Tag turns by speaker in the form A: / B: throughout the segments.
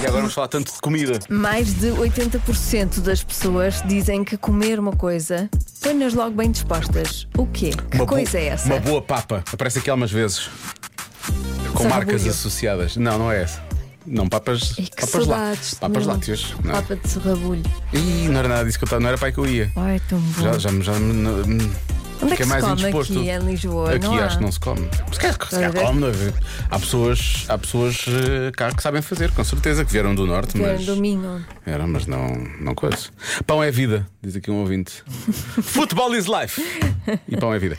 A: E agora vamos falar tanto de comida.
B: Mais de 80% das pessoas dizem que comer uma coisa põe-nas logo bem dispostas. O quê? Que
A: Uma bo-
B: coisa é essa?
A: Uma boa papa. Aparece aqui algumas vezes. Com
B: Só
A: marcas
B: orgulho.
A: associadas. Não, não é essa. Não, papas,
B: E que
A: papas, Ah, lá-
B: saudades.
A: papas
B: meu.
A: lácteas. Não. é?
B: Papa de serrabulho.
A: Ih, não era nada disso que eu estava, não era para aí que eu ia.
B: Ai, tão bom.
A: Já, já, me- já me- me-
B: Onde é que
A: fiquei
B: se
A: mais
B: come
A: indisposto.
B: aqui em Lisboa?
A: Aqui
B: não há?
A: acho que não se come. Se calhar, se calhar
B: a ver?
A: come, não é? Há pessoas, há pessoas eh, cá que sabem fazer, com certeza, que vieram do norte,
B: Que é
A: mas.
B: domingo.
A: Era, mas não, não coisa. Pão é vida, diz aqui um ouvinte. Football is life! E pão é vida.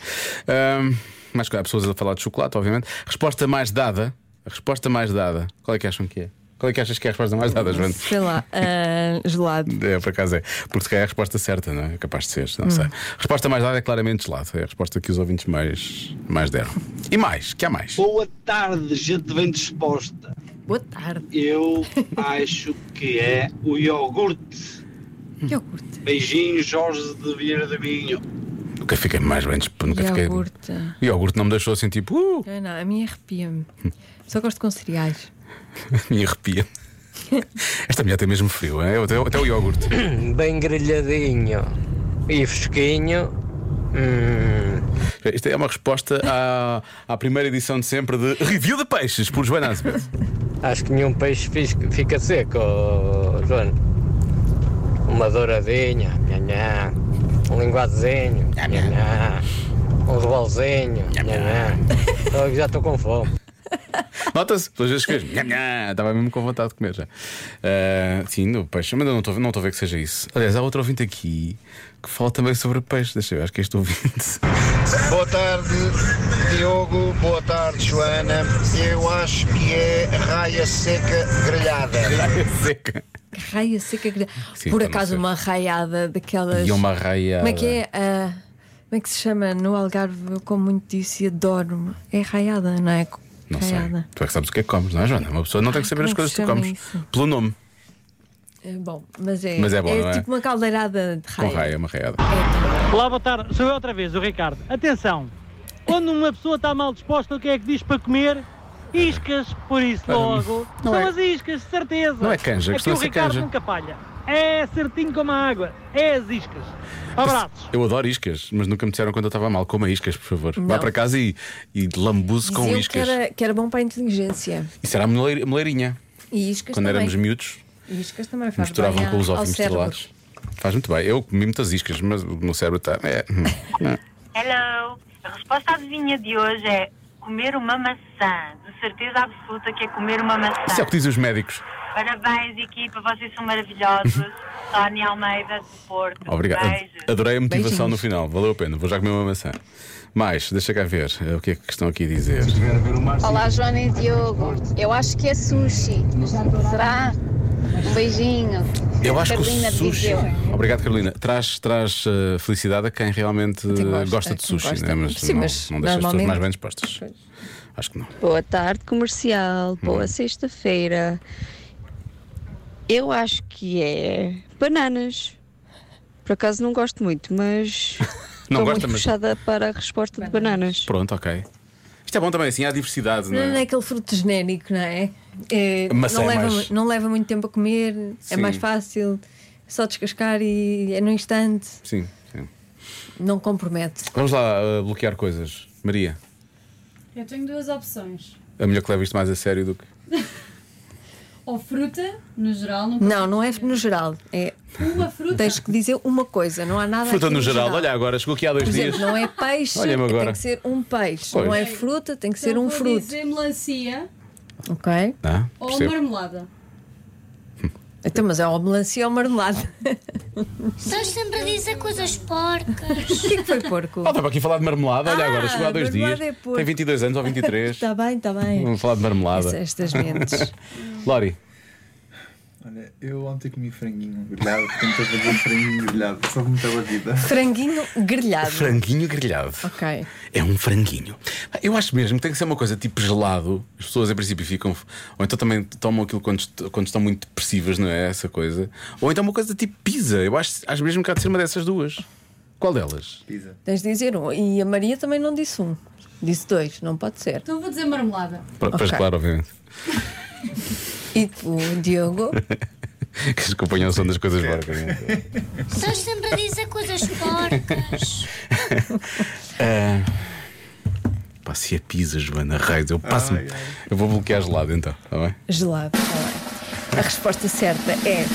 A: Ahm, mas há pessoas a falar de chocolate, obviamente. Resposta mais dada. A resposta mais dada. Qual é que acham que é? Qual é que achas que é a resposta mais dada, Joana?
B: Sei lá, ah, gelado.
A: É, por acaso é. Porque se calhar é a resposta certa, não é? É capaz de ser, não
B: Hum.
A: sei. Resposta mais dada é claramente gelado. É a resposta que os ouvintes mais, mais deram. E mais, que há mais.
B: Oh.
C: Boa tarde, gente bem disposta.
B: Boa tarde.
C: Eu acho que é o iogurte.
A: Hum.
B: Iogurte.
C: Beijinho, Jorge de Vieira da Vinho.
A: Nunca fiquei mais bem disposto. Nunca
B: Iogurte.
A: fiquei. Iogurte não me deixou assim tipo. Uh,
B: Não, não, a minha arrepia-me.
A: Hum.
B: Só gosto com cereais.
A: me arrepia. Esta mulher tem mesmo frio, é? Até, até o iogurte.
D: Bem grelhadinho e fresquinho. Hum.
A: Isto é uma resposta à, à primeira edição de sempre de Review de Peixes por Joana Azevedo.
D: Acho que nenhum peixe fis- fica seco, oh, João. Uma douradinha, nhanhá. um linguadozinho, nhanhá. um rebolzinho, nhanhá. Oh, já estou com fome.
A: Nota-se, pelas vezes que fez. nham, nham, Estava mesmo com vontade de comer já. Ah, sim, no peixe, mas eu não estou não estou a ver que seja isso. Aliás, há outro ouvinte aqui que fala também sobre peixe. Deixa eu ver, acho que é este ouvinte.
E: Boa tarde, Diogo. Boa tarde, Joana. Eu acho que é raia seca grelhada.
A: Raia seca.
B: Raia seca. grelha-
A: Sim,
B: Por
A: eu não
B: acaso,
A: sei.
B: uma raiada daquelas.
A: E um uma raia.
B: Como é que é? a- como é que se chama? No Algarve, eu como muito disso e adoro. É raiada, não é?
A: Não sei.
B: raiada.
A: Tu é que sabes o que é que comes, não é, Joana? Uma pessoa não tem que saber
B: Como
A: as
B: é que
A: coisas
B: se
A: que tu
B: chama
A: comes
B: isso?
A: pelo nome.
B: É bom, mas é,
A: Mas é bom, não é?
B: tipo uma caldeirada de
A: Com
B: raia.
A: raia, é uma raiada.
F: Olá, boa tarde. Sou eu outra vez, o Ricardo. Atenção, quando uma pessoa está mal disposta, o que é que diz para comer? Iscas, por isso
A: Olha,
F: logo.
A: não
F: São
A: é-
F: as iscas, de certeza.
A: não é canja,
F: Aqui
A: costuma
F: o
A: ser
F: Ricardo
A: canja.
F: nunca falha. É certinho como a água. É as iscas. Abraços.
A: Eu adoro iscas, mas nunca me disseram quando eu estava mal. Coma iscas, por favor. Vá
B: Não.
A: para casa e, e lambuze
B: Diziam
A: com
B: que
A: iscas.
B: era, que era bom para a inteligência.
A: Isso era a moleir- moleirinha.
B: E iscas
A: Quando
B: também.
A: éramos miúdos,
B: E iscas também faz
A: misturavam
B: bem
A: com os
B: ao
A: ovos
B: cérebro.
A: estrelados. Faz muito bem. Eu comi muitas iscas, mas o meu cérebro está. É.
G: Hello! A resposta à adivinha de hoje é comer uma maçã. De certeza absoluta que é comer uma
A: Isso é o
G: maçã.
A: que dizem os médicos.
G: Parabéns, equipa, vocês são maravilhosos. Sónia Almeida, do Porto.
A: Uhum. Obrigado.
G: Beijos.
A: Adorei a motivação
B: Beijinhos.
A: no final. Valeu a pena. Vou já comer uma maçã. Mais, deixa cá ver eh, o que é que estão aqui a dizer.
H: Olá, Joana e Diogo. Eu acho que é sushi. Será? Um beijinho.
A: Eu acho
H: Carolina
A: que
H: de
A: o sushi.
H: Viseu.
A: Obrigado, Carolina. Traz, traz eh, felicidade a quem realmente
B: Quem
A: eh,
B: gosta,
A: gosta, de
B: quem
A: sushi,
B: gosta.
A: né? mas,
B: Sim,
A: não,
B: mas
A: não deixa as pessoas
B: normalmente-
A: mais bem dispostas. Acho que não.
I: Boa tarde, comercial.
A: Hum.
I: Boa sexta-feira. Eu acho que é bananas. Por acaso não gosto muito, mas
A: Não
I: estou
A: gosta,
I: muito
A: mas-
I: puxada para a resposta de bananas.
A: Pronto, ok. Isto é bom também, assim, há diversidade, não
B: Não, não é
A: é?
B: aquele fruto genérico, não é? É,
A: Maçã
B: não,
A: é
B: leva,
A: mais-
B: não leva muito tempo a comer,
A: Sim.
B: é mais fácil, só descascar e é no instante,
A: Sim, sim.
B: não compromete.
A: Vamos lá eh, bloquear coisas. Maria,
J: Eu tenho duas opções.
A: a mulher que leva isto mais a sério do que.
J: Ou fruta, no geral, não,
B: Não, não é no geral, é
J: uma fruta.
B: tens que dizer uma coisa, não há nada
A: Fruta
B: aqui
A: no geral, olha agora, chegou aqui há dois
B: Por
A: dias.
B: exemplo, não é peixe,
A: Olha-me agora.
B: tem que ser um peixe.
A: Pois.
B: Não é fruta, tem que ser
J: Então
B: um
J: vou
B: fruto.
J: dizer melancia
B: Ok?
A: Ah,
J: ou
A: percebo.
J: marmelada.
B: Então, mas é ou melancia ou marmelada.
K: Estás sempre a dizer coisas porcas.
B: O que é que foi porco?
A: Ah, estava aqui a falar de marmelada, olha
B: Ah,
A: agora, chegou há dois
B: marmelada
A: dias.
B: é porco. É.
A: Tem 22 anos ou 23.
B: Está bem, está bem.
A: Vamos falar de marmelada.
B: Estas mentes.
A: Lori,
E: Olha, eu ontem comi franguinho grelhado, tentei fazer franguinho grelhado, só me deu a vida.
B: Franguinho grelhado.
A: franguinho grelhado.
B: Ok.
A: É um franguinho. Eu acho mesmo que tem que ser uma coisa tipo gelado. As pessoas, em princípio, ficam. Ou então também tomam aquilo quando, est- quando estão muito depressivas, não é? Essa coisa. Ou então uma coisa tipo pizza. Eu acho, acho mesmo que há de ser uma dessas duas. Qual delas?
E: Pizza.
B: Tens de dizer um. E a Maria também não disse um. Disse dois, não pode ser.
J: Então vou dizer marmelada.
A: Para
B: Ok.
A: claro, obviamente.
B: E tu, Diogo?
A: que acompanham o som das coisas porcas. não é?
K: Estás sempre a dizer coisas porcas.
A: Ah, pá, se a pisa, Joana Reis, eu passo-me. Eu vou bloquear gelado então, está bem?
B: Gelado. Olha. A resposta certa é.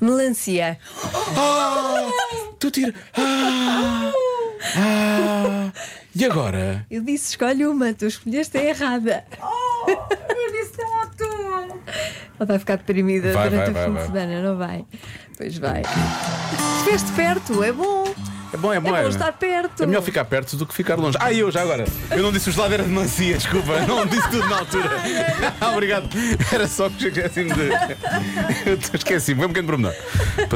B: Melancia.
A: tu tira. Ah, ah, e agora?
B: Eu disse escolhe uma, tu escolheste a errada.
J: Oh, eu disse não à toa.
B: Ela vai ficar deprimida
A: Vai,
B: durante
A: vai,
B: o fim
A: vai,
B: de
A: vai.
B: semana, não vai? Pois vai. Estiveste perto, é bom.
A: É bom, é bom.
B: É bom estar perto.
A: É melhor ficar perto do que ficar longe. Ah, e eu já agora. Eu não disse o gelado era de melancia, desculpa. Não disse tudo na altura. Ah, Obrigado. Era só que esqueci-me de. Eu esqueci-me. Foi um pequeno pormenor.